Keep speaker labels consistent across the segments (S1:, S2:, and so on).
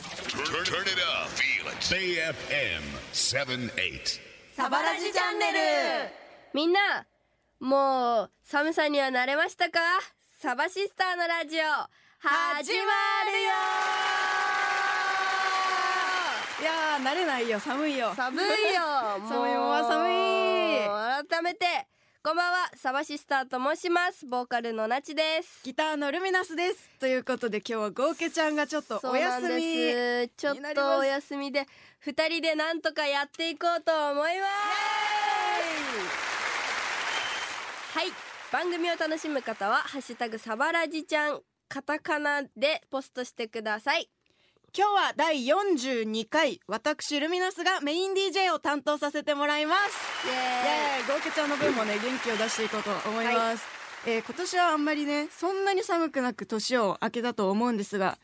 S1: Turn, turn it up. Feel it. AFM 78.
S2: サバラジチャンネル
S3: みんなもう寒さには慣れましたかサバシスターのラジオ始ま
S2: いやー慣れないよ寒いよ
S3: るよ 寒いよもう
S2: 寒いわ寒
S3: 改めてこんばんはサバシスターと申しますボーカルのなちです
S2: ギターのルミナスですということで今日はゴーケちゃんがちょっと
S3: そ
S2: お
S3: うなん
S2: 休み
S3: ですちょっ
S2: になります
S3: とお休みで二人でなんとかやっていこうと思いますはい番組を楽しむ方は「ハッシュタグサバラジちゃん」カタカナでポストしてください
S2: 今日は第42回私ルミナスがメイン DJ を担当させてもらいます
S3: イエ
S2: イエーイゴーケちゃんの分もね元気を出していこうと思います、えー今年はあんまりねそんなに寒くなく年を明けたと思うんですが、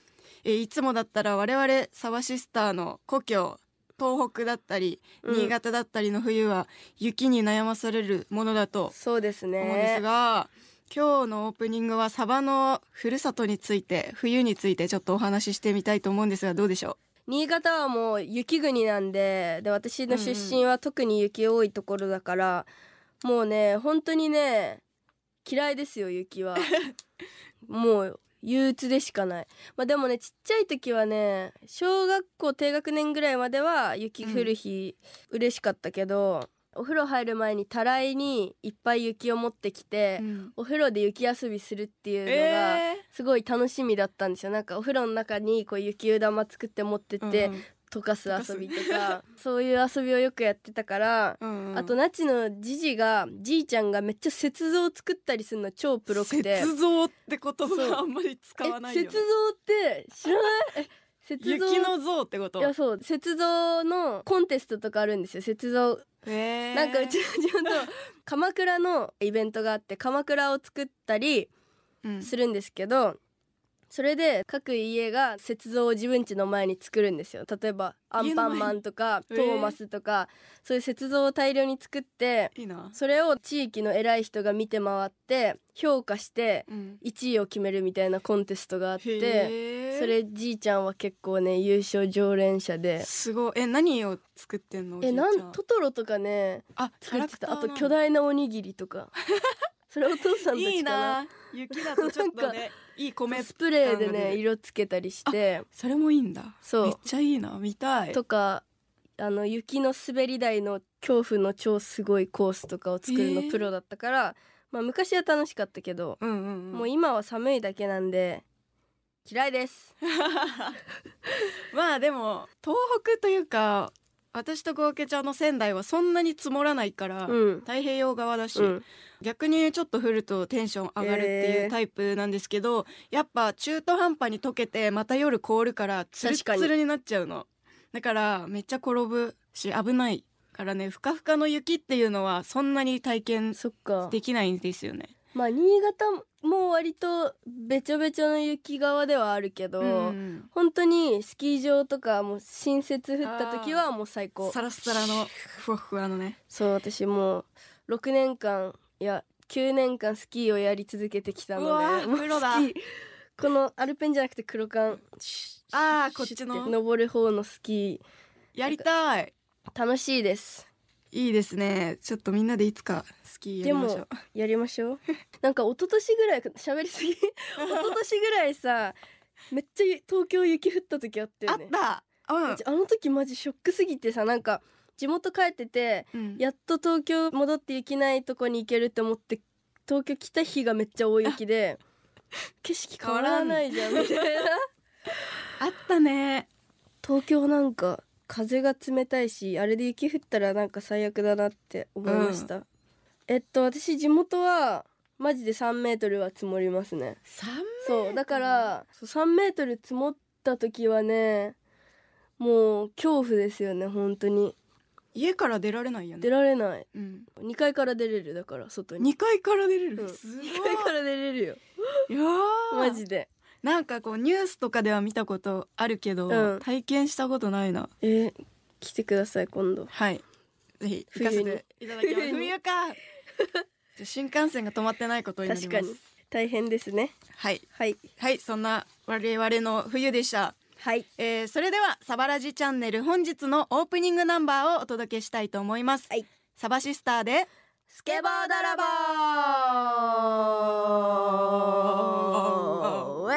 S2: えーいつもだったら我々サバシスターの故郷東北だったり
S3: うん
S2: 新潟だったりの冬は雪に悩まされるものだと
S3: そうですね
S2: 思うんですが、今日のオープニングはサバのふるさとについて冬についてちょっとお話ししてみたいと思うんですがどうでしょ
S3: 新潟はもう雪国なんでで私の出身は特に雪多いところだから、もうね本当にね嫌いですよ雪 はもう憂鬱でしかない、まあ、でもねちっちゃい時はね小学校低学年ぐらいまでは雪降る日、嬉しかったけどお風呂入る前にたらいにいっぱい雪を持ってきて、
S2: う、
S3: お風呂で雪遊びするっていうのが、
S2: え
S3: すごい楽しみだったんですよなんかお風呂の中にこう雪湯玉作って持ってっ
S2: ー
S3: て、溶かす遊びとかそういう遊びをよくやってたから、
S2: うんうん
S3: あとナチのじじがじいちゃんがめっちゃ雪像を作ったりするの超プロくて
S2: 雪像って言葉
S3: そう
S2: はあんまり使わな
S3: え
S2: いよ、ね
S3: 雪像、って知らないえ雪像
S2: 雪の像ってこと
S3: いやそう雪像のコンテストとかあるんですよ雪像
S2: えー
S3: なんかうちの地元鎌倉のイベントがあって鎌倉を作ったり
S2: うん
S3: するんですけどそれで各家が雪像を自分家の前に作るんですよ例えばアンパンマンとかト
S2: 家の前に
S3: ーマスとか、そういう雪像を大量に作って
S2: いいな、
S3: それを地域の偉い人が見て回って評価して
S2: うん、
S3: 1位を決めるみたいなコンテストがあって
S2: へー
S3: それじいちゃんは結構ね優勝常連者です
S2: ごいえ何を作ってんの
S3: えな
S2: おじいちゃ
S3: んトトロとかね
S2: あ
S3: 作って
S2: キャ
S3: たあ
S2: ラク
S3: と
S2: ターなの
S3: 巨大なおにぎりと かそれお父さんたちかない
S2: いな雪だとちょっと
S3: な
S2: ねいい米
S3: スプレーで
S2: 感が
S3: ね
S2: 出る
S3: 色つけたりして
S2: それもいいんだ
S3: そう
S2: めっちゃいいな見たい
S3: とかあの雪の滑り台の恐怖の超すごいコースとかを作る
S2: へ
S3: の
S2: え
S3: プロだったから、まあ、昔は楽しかったけど、
S2: うんうん、うん、
S3: もう今は寒いだけなんで嫌いです。
S2: まあでも東北というか私とゴーケちゃんの仙台はそんなに積もらないから、
S3: うん、
S2: 太平洋側だし、
S3: うん、
S2: 逆にちょっと降るとテンション上がるってい
S3: えー
S2: うタイプなんですけど、やっぱ中途半端に溶けてまた夜凍るからツル
S3: 確かに
S2: ッツルになっちゃうのだからめっちゃ転ぶし危ないからねふかふかの雪っていうのはそんなに体験
S3: そっか
S2: できないんですよね
S3: まあ新潟も割とべちょべちょの雪側ではあるけど、
S2: うん
S3: 本当にスキー場とかもう新雪降った時はもう最高
S2: サラッサラのふわふわのね
S3: そう私もう6年間いや9年間スキーをやり続けてきたの
S2: うわ
S3: で
S2: ー
S3: もう
S2: プロだ
S3: スキーこのアルペンじゃなくて黒缶
S2: あーこっち
S3: シュッ
S2: の
S3: て登る方のスキ
S2: やりたい
S3: ー楽しいです
S2: いいですねちょっとみんなでいつかスキーやりましょう
S3: やりまし ょうなんか一昨年ぐらい喋りすぎ一昨年ぐらいさめっちゃ東京雪降った時あった
S2: あ
S3: よ
S2: っ
S3: ね
S2: たうん
S3: あの時マジショックすぎてさなんか地元帰ってて
S2: うん
S3: やっと東京戻って雪ないとこに行けるって思って東京来た日がめっちゃ大雪 で景色変わらないじゃんみたいな
S2: あったね
S3: 東京なんか風が冷たいしあれで雪降ったらなんか最悪だなって思いました、えっと私地元はマジで3メートルは積もりますね
S2: 寒
S3: そうだからそう3メートル積もった時はねもう恐怖ですよね本当に
S2: 家から出られないよね
S3: 出られない
S2: うん
S3: 2階から出れるだから外に
S2: 二階から出れる、
S3: うん
S2: すごい
S3: 2階から出れるよ
S2: いやー
S3: マジで
S2: なんかこうニュースとかでは見たことあるけど、
S3: うん
S2: 体験したことないな
S3: えー来てください今度
S2: はいぜひ
S3: 冬
S2: 行か
S3: に
S2: せていただきます
S3: 冬に
S2: 冬かじゃあ新幹線が止まってないことになり
S3: 確
S2: ます
S3: かに大変ですね
S2: はい
S3: はい
S2: はいそんな我々の冬でした
S3: はい
S2: えーそれではサバラジチャンネル本日のオープニングナンバーをお届けしたいと思います、
S3: はい
S2: サバシスターで
S3: スケボーだらぼーお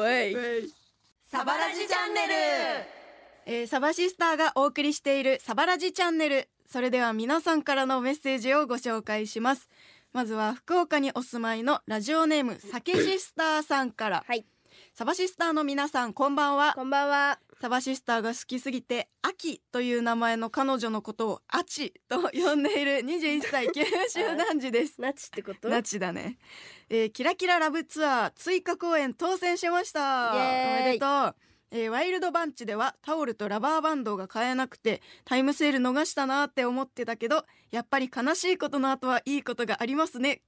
S3: いおい
S2: サバラジチャンネル、えーサバシスターがお送りしているサバラジチャンネルそれでは皆さんからのメッセージをご紹介しますまずは福岡にお住まいのラジオネーム酒シスターさんから、
S3: はい
S2: サバシスターの皆さんこんばんは
S3: こんばんは
S2: サバシスターが好きすぎて「アキ」という名前の彼女のことを「アチ」と呼んでいる21歳 九州男児です。
S3: ナチってこと
S2: ナチだね、えーキラキララブツアー追加公演当選しましたお
S3: イエーイ
S2: めでとう、えーワイルドバンチではタオルとラバーバンドが買えなくてタイムセール逃したなって思ってたけどやっぱり悲しいことの後はいいことがありますね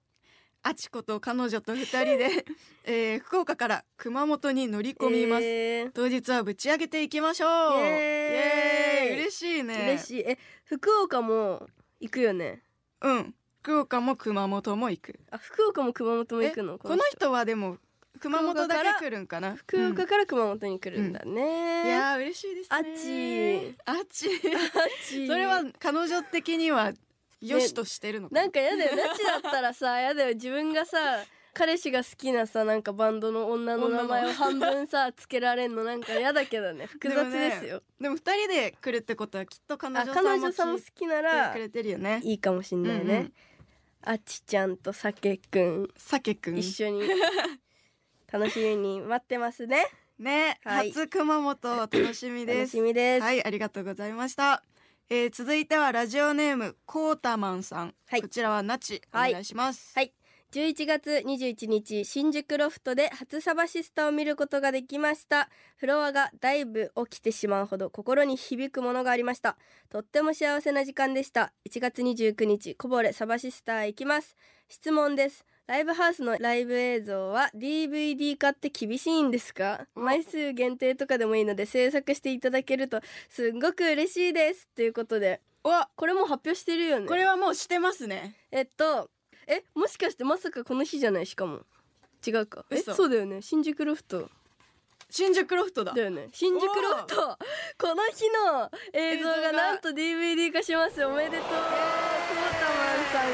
S2: アチコと彼女と2 人で、えー福岡から熊本に乗り込みます、
S3: えー
S2: 当日はぶち上げていきましょう
S3: イエーイ
S2: イエーイ嬉しいね
S3: 嬉しいえ福岡も行くよね
S2: うん福岡も熊本も行く
S3: あ福岡も熊本も行くの
S2: えこの人はでも熊本だけ来るんかな
S3: 福岡
S2: う
S3: から熊本に来るんだ
S2: んい
S3: ね、
S2: やー嬉しいですねあっち
S3: ナチ
S2: それは彼女的にはよしとしてるのかな
S3: なんかやだよナチだったら さやだよ自分がさ彼氏が好きなさなんかバンドの女の名前を半分さつけられんのなんかやだけどね複雑ですよ、
S2: でも二人で来るってことはきっと彼
S3: あ
S2: 女さ
S3: 彼
S2: んも
S3: 女さんも
S2: 聞
S3: 好
S2: いて
S3: きなら
S2: くれてるよね
S3: いいかもしんないね、
S2: うんうん
S3: あちちゃんとさけくん
S2: さけくん
S3: 一緒に楽しみに待ってますね
S2: ね、
S3: はい
S2: 初熊本楽しみで
S3: 楽
S2: す
S3: しみです
S2: はい、ありがとうございました。えー、続いてはラジオネームコータマンさん。
S3: はい
S2: こちらはナチお
S3: はい
S2: 願いします。
S3: はい11月21日新宿ロフトで初サバシスタを見ることができましたフロアがだいぶ起きてしまうほど心に響くものがありましたとっても幸せな時間でした1月29日こぼれサバシスターへ行きます質問ですライブハウスのライブ映像は DVD 化って厳しいんですか
S2: お
S3: 枚数限定とかでもいいので制作していただけるとすんごく嬉しいですということで
S2: お、
S3: これもう発表してるよね
S2: これはもうしてますね。
S3: えっとえもしかしてまさかこの日じゃないしかも違うかえ
S2: 嘘
S3: そうだよね新宿ロフト
S2: 新宿ロフトだ
S3: だ。よね新宿ロフトこの日の映像
S2: 映像が
S3: がなんと DVD 化しますおめでとうコータマ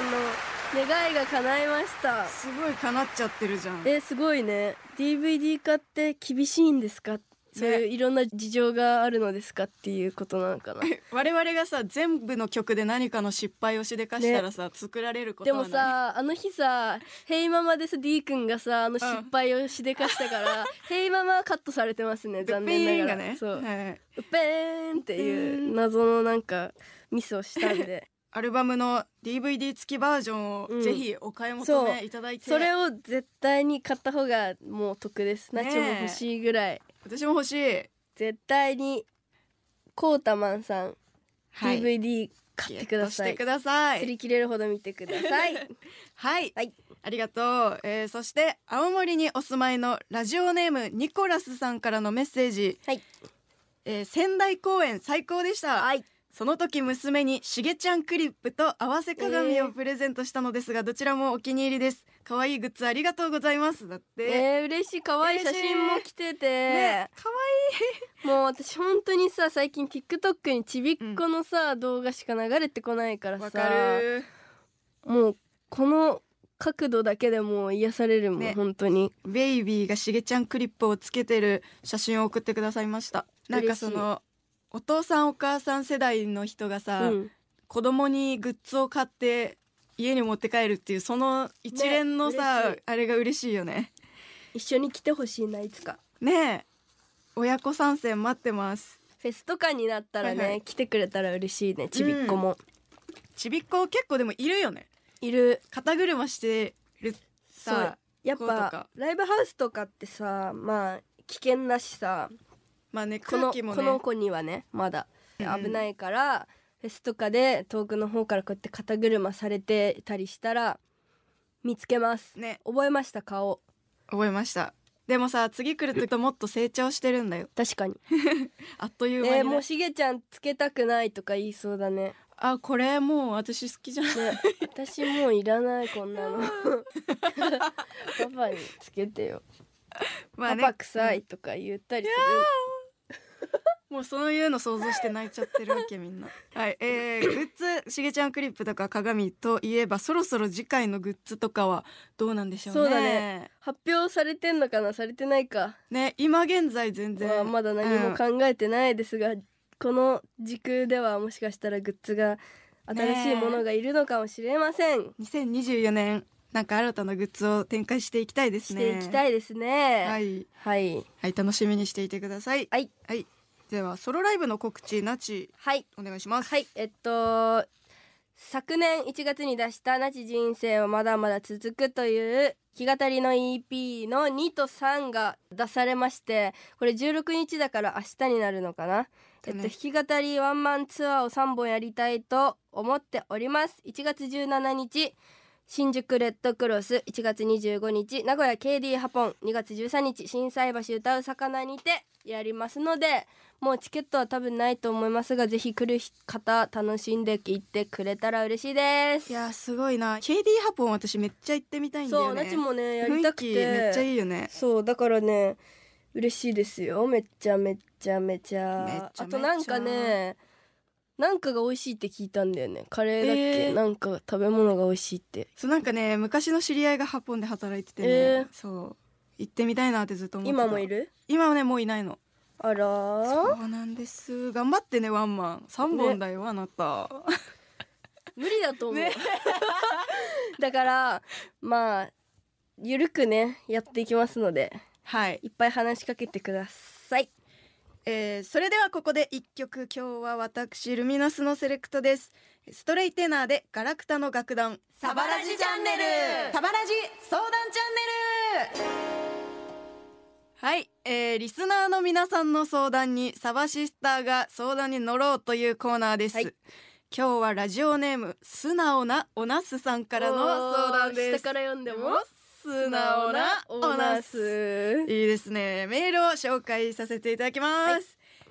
S3: ンさんの願いが叶いました
S2: すごい叶っちゃってるじゃん。
S3: えすごいね DVD 化って厳しいんですかそういういろんな事情があるのですかっていうことなのかな
S2: 我々がさ全部の曲で何かの失敗をしでかしたらさ、作られること
S3: で
S2: はな
S3: も
S2: い
S3: さあの日さ「ヘイママ」でさ D 君がさあの失敗をしでかしたから 「ヘイママ」はカットされてますね
S2: で
S3: 残念ながら
S2: ピーンがね
S3: そう
S2: はい、
S3: 「うっぺーん」っていう謎のなんかミスをした んで
S2: アルバムの DVD 付きバージョンを、
S3: うん
S2: ぜひお買い求
S3: そう
S2: めいただいて
S3: それを絶対に買った方がもう得ですナ
S2: ねえ
S3: チョも欲しいぐらい
S2: 私も欲しい、
S3: 絶対にコータマンさん DVD 買ってくださ
S2: ゲットして
S3: い
S2: ください
S3: 釣り切れるほど見てください
S2: はい、
S3: はい
S2: ありがとう、えー、そして青森にお住まいのラジオネームニコラスさんからのメッセージ、
S3: はい
S2: えー、仙台公演最高でした、
S3: はい
S2: その時娘にしげちゃんクリップと合わせ鏡をプレゼントしたのですが、どちらもお気に入りです可愛いグッズありがとうございますだって、
S3: えー、嬉しい可愛い写真も来てて、
S2: ね可
S3: もう私本当にさ最近 TikTok にちびっこのさ、動画しか流れてこないから
S2: 愛いわ
S3: さ
S2: かる
S3: もうこの角度だけでもう癒されるもん、
S2: ね
S3: 本当に
S2: ベイビーがしげちゃんクリップをつけてる写真を送ってくださいましたなんかそのお父さんお母さん世代の人が
S3: う
S2: さ、
S3: ん
S2: 子供にグッズを買って家に持って帰るっていうその一連の
S3: ね
S2: さ、
S3: 嬉しい
S2: あれが嬉しいよね
S3: 一緒に来てほしいないつか
S2: ねえ親子参戦待ってます
S3: フェスとかになったらね、
S2: はいはい
S3: 来てくれたら嬉しいねちびっこも、
S2: ちびっ子結構でもいるよね
S3: いる
S2: 肩車してる
S3: そう
S2: さ
S3: やっ
S2: 子と
S3: ぱ
S2: か
S3: ライブハウスとかってさまあ危険だしさ
S2: まあね
S3: この
S2: 空気も
S3: こ
S2: ね
S3: の子にはねまだ
S2: うん
S3: 危ないから、フェスとかで遠くの方からこうやって肩車されてたりしたら見つけます
S2: ね
S3: 覚えました顔
S2: 覚えましたでもさ次来るってともっと成長してるんだよ
S3: 確かに
S2: あっという間にね、
S3: えー、もうしげちゃんつけたくないとか言いそうだね
S2: あこれもう私好きじゃん
S3: ね私もういらないこんなのパパにつけてよ
S2: まあね
S3: パパ臭いとか言ったりする
S2: もうそういうの想像して泣いちゃってるわけみんな はいえー、グッズしげちゃんクリップとか鏡といえばそろそろ次回のグッズとかはどうなんでしょうね
S3: そうだね発表されてんのかなされてないか
S2: ね今現在全
S3: は
S2: 然
S3: まだ何も考えてないですが、この時空ではもしかしたらグッズが新しいものがいるのかもしれません、
S2: 2024年なんか新たなグッズを展開していきたいです
S3: し
S2: ね
S3: ていきた
S2: い
S3: いですね
S2: はい、
S3: はい
S2: はい、楽しみにしていてください
S3: はい
S2: はい、ではソロライブの告知なち
S3: はい
S2: お願いします
S3: はい、えっと昨年1月に出した「なち人生はまだまだ続く」という弾き語りの EP の2と3が出されましてこれ16日だから明日になるのかな、え
S2: だ
S3: っと
S2: ね
S3: 弾き語りワンマンツアーを3本やりたいと思っております1月17日新宿レッドクロス1月25日名古屋 KD ハポン2月13日心斎橋歌う魚にてやりますのでもうチケットは多分ないと思いますがぜひ来る方楽しんでいってくれたら嬉しいです
S2: いやーすごいな KD ハポン私めっちゃ行ってみたいんだ
S3: そう
S2: よね
S3: なちもねや
S2: 雰
S3: り
S2: 囲
S3: たく
S2: 気
S3: て
S2: めっちゃいいよね
S3: そうだからね嬉しいですよめっちゃめちゃめちゃ
S2: めっちゃめちゃ
S3: あとなんかねなんかが美味しいって聞いたんだよねカレーだっけ、
S2: えー
S3: なんか食べ物が美味しいって
S2: そうなんかね昔の知り合いがハポンで働いててね、
S3: えー
S2: そう行ってみたいなってずっと思ってた
S3: 今もいる
S2: 今はねもういないの
S3: あらー
S2: そうなんです頑張ってねワンマン3本だよ、あなた
S3: 無理だと思う、
S2: ね
S3: だからまあゆるくねやっていきますので
S2: はい、
S3: いっぱい話しかけてください
S2: えーそれではここで一曲今日は私ルミナスのセレクトですストレイテナーでガラクタの楽団
S3: サバラジチャンネル
S2: サバラジ相談チャンネルはい、えーリスナーの皆さんの相談にサバシスターが相談に乗ろうというコーナーです、
S3: はい
S2: 今日はラジオネーム素直なおなすさんからの相談です
S3: 下から読んでも
S2: 素直なおなす
S3: す
S2: いいですねメールを紹介させていただきます、
S3: はい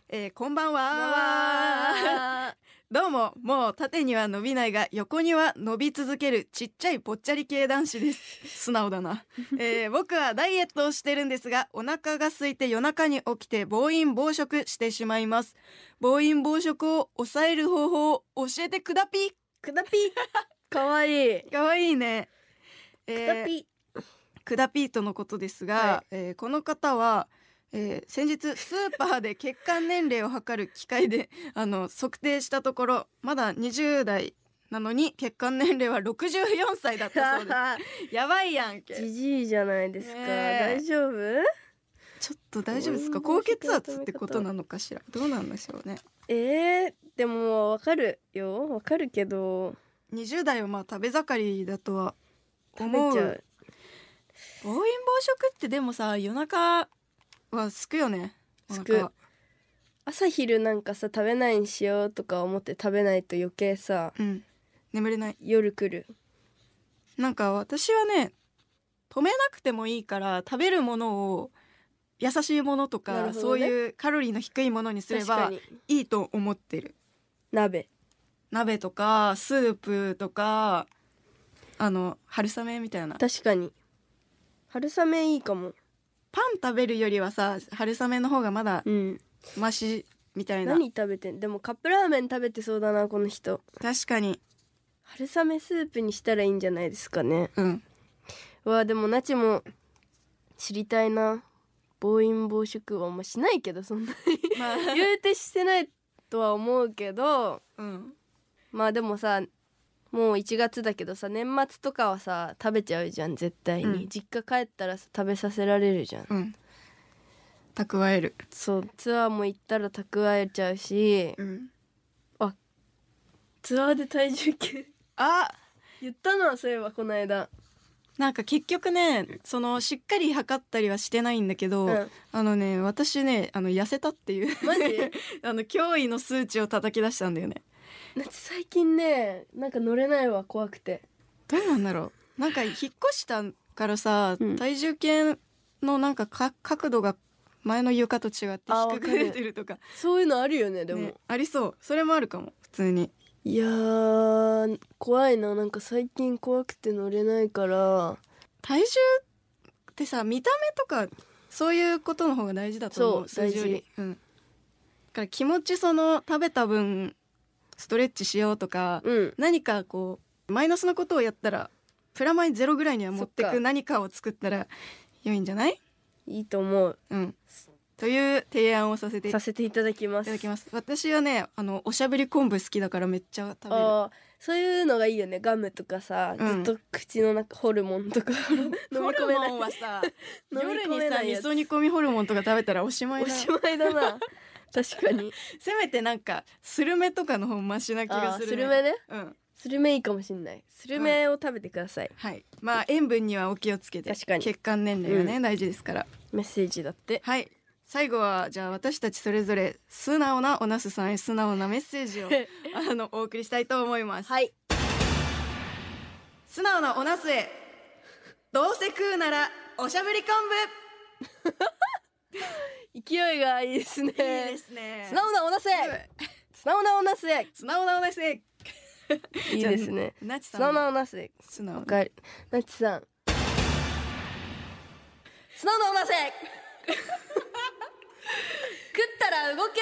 S2: えーこんばんはどうももう縦には伸びないが横には伸び続けるちっちゃいぽっちゃり系男子です素直 だな、えー僕はダイエットをしてるんですがお腹が空いて夜中に起きて暴飲暴食してしまいます暴飲暴食を抑える方法を教えてくだぴ
S3: くだぴかわいいく
S2: かわいいねえー
S3: だぴ
S2: クダピートのことですが、
S3: は
S2: えーこの方は、えー先日スーパーで血管年齢を測る機械で あの測定したところまだ20代なのに血管年齢は64歳だったそうで すやばいやんけ
S3: じじいじゃないですか、
S2: ねえ
S3: 大丈夫
S2: ちょっと大丈夫ですか
S3: こうい
S2: 高
S3: う時
S2: 血圧ってことなのかしらどうなんでしょうね
S3: えー、でもわかるよわかるけど
S2: 20代はまあ食べ盛りだとは
S3: 食べ
S2: 思う
S3: ち
S2: 暴
S3: ゃ
S2: 飲
S3: う
S2: 暴食ってでもさ夜中はすくよねお腹
S3: すく朝昼なんかさ食べないにしようとか思って食べないと余計さ
S2: うん眠れない
S3: 夜来る
S2: なんか私はね止めなくてもいいから食べるものを優しいものと
S3: な
S2: か、
S3: るほ
S2: そ
S3: ど
S2: う
S3: ね
S2: いうカロリーの低いものにすれ
S3: 確か
S2: ば
S3: に
S2: いいと思ってる
S3: 鍋
S2: 鍋とかスープとかあの春雨みたいな
S3: 確かに春雨いいかも
S2: パン食べるよりはさ春雨の方がまだ
S3: うん
S2: マシみたいな
S3: 何食べてんでもカップラーメン食べてそうだなこの人
S2: 確かに
S3: 春雨スープにしたらいいんじゃないですかね
S2: うん
S3: わあでもなちも知りたいな暴飲暴食はあんましないけどそ んな
S2: まあ
S3: 言うてしてないとは思うけど
S2: うん
S3: まあでもさもう1月だけどさ年末とかはさ食べちゃうじゃん絶対に、
S2: うん
S3: 実家帰ったらさ食べさせられるじゃん
S2: うん蓄える
S3: そうツアーも行ったら蓄えちゃうし
S2: うん
S3: ツアーで体重計
S2: あ
S3: 言ったのはそういえばこの間
S2: なんか結局ねそのしっかり測ったりはしてないんだけど、
S3: うん
S2: あのね私ねあの痩せたっていう
S3: マ ジ
S2: あの驚異の数値を叩き出したんだよね
S3: なち最近ねなんか乗れないわ怖くて
S2: どうなんだろうなんか引っ越したからさ、
S3: うん
S2: 体重計のなんかか角度が前の床と違って
S3: あ
S2: 低く出てるとか
S3: そういうのあるよねでも、
S2: ねありそうそれもあるかも普通に
S3: いやー怖いななんか最近怖くて乗れないから
S2: 体重ってさ見た目とかそういうことの方が大事だと思う
S3: そう
S2: 数字よりうん、だから気持ちその食べた分ストレッチしようとか、
S3: うん
S2: 何かこうマイナスのことをやったらプラマイゼロぐらいには持って
S3: そっか
S2: く何かを作ったら良いんじゃない
S3: いいと思う
S2: うんという提案をさせてい
S3: さ
S2: た
S3: せていただきます
S2: だきます私はねあのおしゃべり昆布好きだからめっちゃ食べる
S3: あーそういうのがいいよねガムとかさ、
S2: うん
S3: ずっと口の中ホルモンと か飲み
S2: ホ
S3: 込
S2: ル
S3: めな
S2: モ
S3: い
S2: ンはさ
S3: 飲み
S2: 夜
S3: 込
S2: に
S3: め
S2: さ
S3: ない
S2: 味
S3: やつ
S2: 噌煮込みホルモンとか食べたらおしまい
S3: お
S2: だ
S3: しまい だな確かに
S2: せめてなんかスルメとかの方マシな気
S3: あ
S2: が
S3: ー
S2: する
S3: スルメね
S2: うん
S3: スルメいいかもしんないスルメを食べてください、
S2: はいまあ塩分にはお気をつけて
S3: 確かに
S2: 血管年齢がね、
S3: う
S2: 大事ですから
S3: メッセージだって
S2: はい最後はじゃあ私たちそれぞれ素直なおなすさんへ素直なメッセージ をあのお送りしたいと思います、
S3: はい
S2: 素直なおなすへどうせ食うならおしゃべり昆
S3: 勢いがいいですね
S2: 布いいですね
S3: 素直なおなせ素直なおなせ
S2: 素直なおなすへ
S3: いいですね
S2: じゃあなち
S3: 素
S2: さ
S3: 直
S2: んも
S3: なおなせ
S2: 素直
S3: お
S2: な
S3: かえりなっちさん素直なおなせ食ったら動け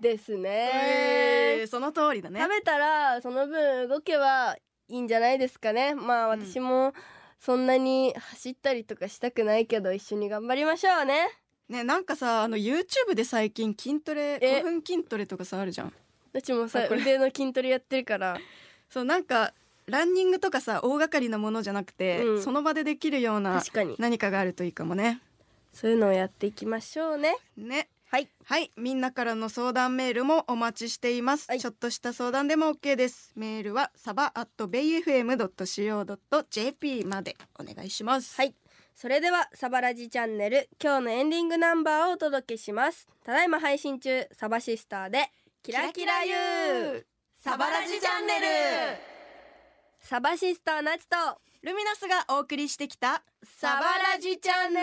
S3: です
S2: え
S3: ね
S2: ー、その通りだね
S3: 食べたらその分動けばいいんじゃないですかねまあ
S2: ん
S3: 私もそんなに走ったりとかしたくないけど一緒に頑張りましょうね
S2: ねなんかさあの YouTube で最近筋トレ
S3: え
S2: 5分筋トレとかさあるじゃん
S3: どっちもさ
S2: あこれ
S3: 腕の筋トレやってるから
S2: そうなんかランニングとかさ大掛かりなものじゃなくて、
S3: うん
S2: その場でできるような
S3: 確かに
S2: 何かがあるといいかもね
S3: そういうのをやっていきましょうね
S2: ね
S3: はい
S2: はいみんなからの相談メールもお待ちしています、
S3: はい
S2: ちょっとした相談でも OK ですメールはサバ at bayfm.co.jp までお願いします
S3: はいそれではサバラジチャンネル今日のエンディングナンバーをお届けしますただいま配信中サバシスターでキラキラ U サバラジチャンネルサバシスターなちと
S2: ルミナスがお送りしてきた
S3: サバラジチャンネ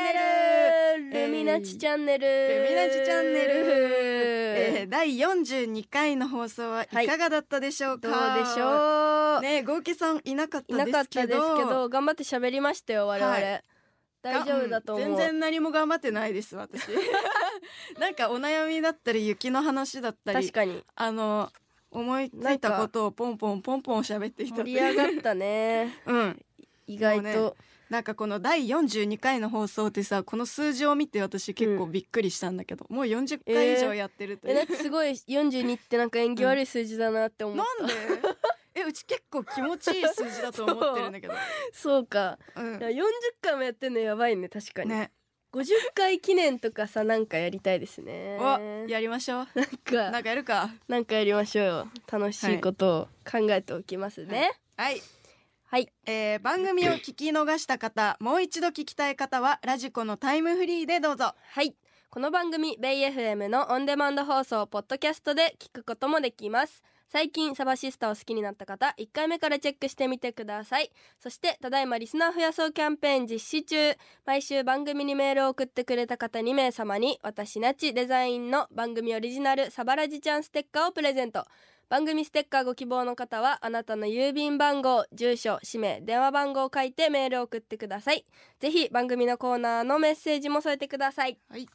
S3: ルルミナチチャンネル
S2: ルミナジチャンネル、え
S3: え
S2: ー、第42回の放送はいかがだったでしょう
S3: ど
S2: か、
S3: うでしょう、
S2: ね合計さんいなかっ
S3: い
S2: た
S3: な
S2: で
S3: かっ
S2: すけ
S3: たです
S2: ど
S3: けど頑張って喋りましたよ我々、
S2: はい
S3: 大丈夫だと思う、
S2: ん全然何も頑張ってないです私 なんかお悩みだったり雪の話だった
S3: 確
S2: り
S3: かに
S2: あの思いついたことをポンポンポンポン喋っていた
S3: 盛
S2: と
S3: り
S2: いう
S3: 上がった ね
S2: うん
S3: 意外と、
S2: もうねなんかこの第42回の放送ってさこの数字を見て私結構びっくりしたんだけど、もう40回以上やってるとい
S3: え
S2: う、
S3: なんかすごい42ってなんか縁起悪い数字だなって思った、
S2: なんで えうち結構気持ちいい数字だと思ってるんだけど、
S3: そうか
S2: うん
S3: いや40回もやってんのやばいね確かに、
S2: ね
S3: 50回記念とかさなんかやりたいですね
S2: おやりましょう
S3: なんか
S2: なんかやるか
S3: なんかやりましょうよ楽しいことを考えておきますね
S2: はい
S3: はい、
S2: えー番組を聞き逃した方もう一度聞きたい方はラジコのタイムフリーでどうぞ
S3: はいこの番組ベイ FM のオンデマンド放送をポッドキャストで聞くこともできます最近サバシスタを好きになった方1回目からチェックしてみてくださいそしてただいまリスナー増やそうキャンペーン実施中毎週番組にメールを送ってくれた方2名様に私なちデザインの番組オリジナルサバラジちゃんステッカーをプレゼント番組ステッカーご希望の方はあなたの郵便番号住所氏名電話番号を書いてメールを送ってくださいぜひ番組のコーナーのメッセージも添えてください
S2: はい、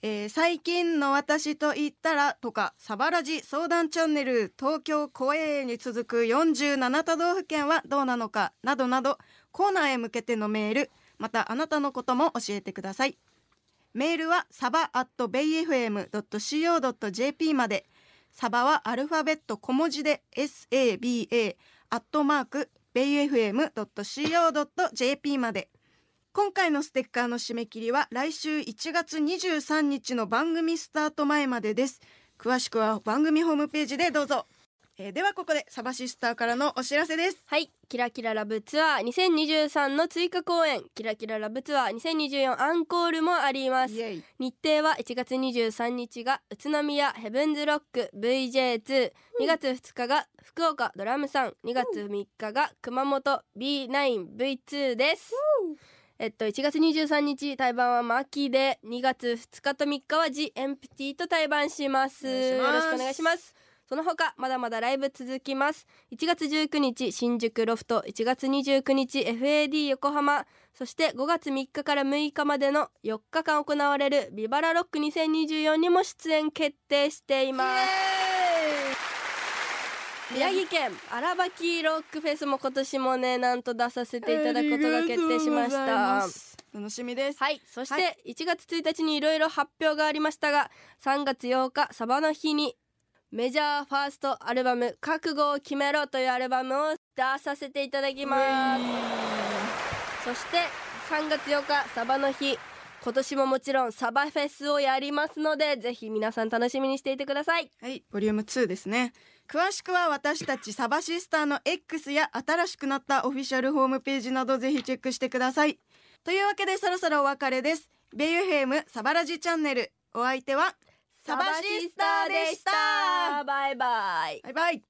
S2: えー最近の私と言ったらとかサバラジ相談チャンネル東京公営に続く47都道府県はどうなのかなどなどコーナーへ向けてのメールまたあなたのことも教えてくださいメールはサバ at bayfm.co.jp までサバはアルファベット小文字で saba アットマーク bayfm.co.jp まで今回のステッカーの締め切りは来週1月23日の番組スタート前までです詳しくは番組ホームページでどうぞ、えーではここでサバシスターからのお知らせです
S3: はい、キラキララブツアー2023の追加公演、キラキララブツアー2024アンコールもあります。
S2: イエイ
S3: 日程は1月23日が宇都宮ヘブンズロック VJ22 月2日が福岡ドラムさん2月3日が熊本 B9V2 ですえっと1月23日対バンはマキで2月2日と3日はジエンプティと対バンします
S2: お願いします
S3: よろしくお願いしますその他まだまだライブ続きます1月19日新宿ロフト1月29日 FAD 横浜そして5月3日から6日までの4日間行われるビバラロック2024にも出演決定しています宮城県荒ばきロックフェスも今年もねなんと出させていただくことが決定しました
S2: ありがとうございます楽しみです
S3: はいそし
S2: は
S3: て1月1日にいろいろ発表がありましたが3月8日サバの日にメジャーファーストアルバム「覚悟を決めろ」というアルバムを出させていただきますそして3月8日サバの日今年ももちろんサバフェスをやりますのでぜひ皆さん楽しみにしていてください
S2: はい、ボリューム2ですね。詳しくは私たちサバシスターの X や新しくなったオフィシャルホームページなどぜひチェックしてください。というわけでそろそろお別れです。ベイユヘイムサバラジチャンネル。お相手はサバシスターでした。
S3: バイバイ
S2: バイバイ。